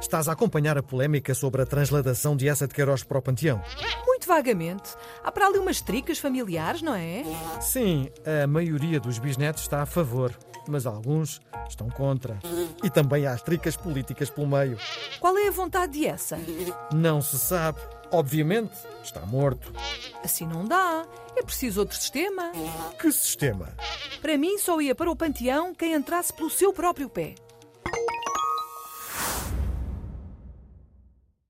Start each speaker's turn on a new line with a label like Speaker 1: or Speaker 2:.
Speaker 1: Estás a acompanhar a polémica sobre a transladação de Essa de Queiroz para o Panteão?
Speaker 2: Muito vagamente. Há para ali umas tricas familiares, não é?
Speaker 1: Sim, a maioria dos bisnetos está a favor, mas alguns estão contra. E também há tricas políticas pelo meio.
Speaker 2: Qual é a vontade de essa?
Speaker 1: Não se sabe. Obviamente, está morto.
Speaker 2: Assim não dá. É preciso outro sistema.
Speaker 1: Que sistema?
Speaker 2: Para mim, só ia para o panteão quem entrasse pelo seu próprio pé.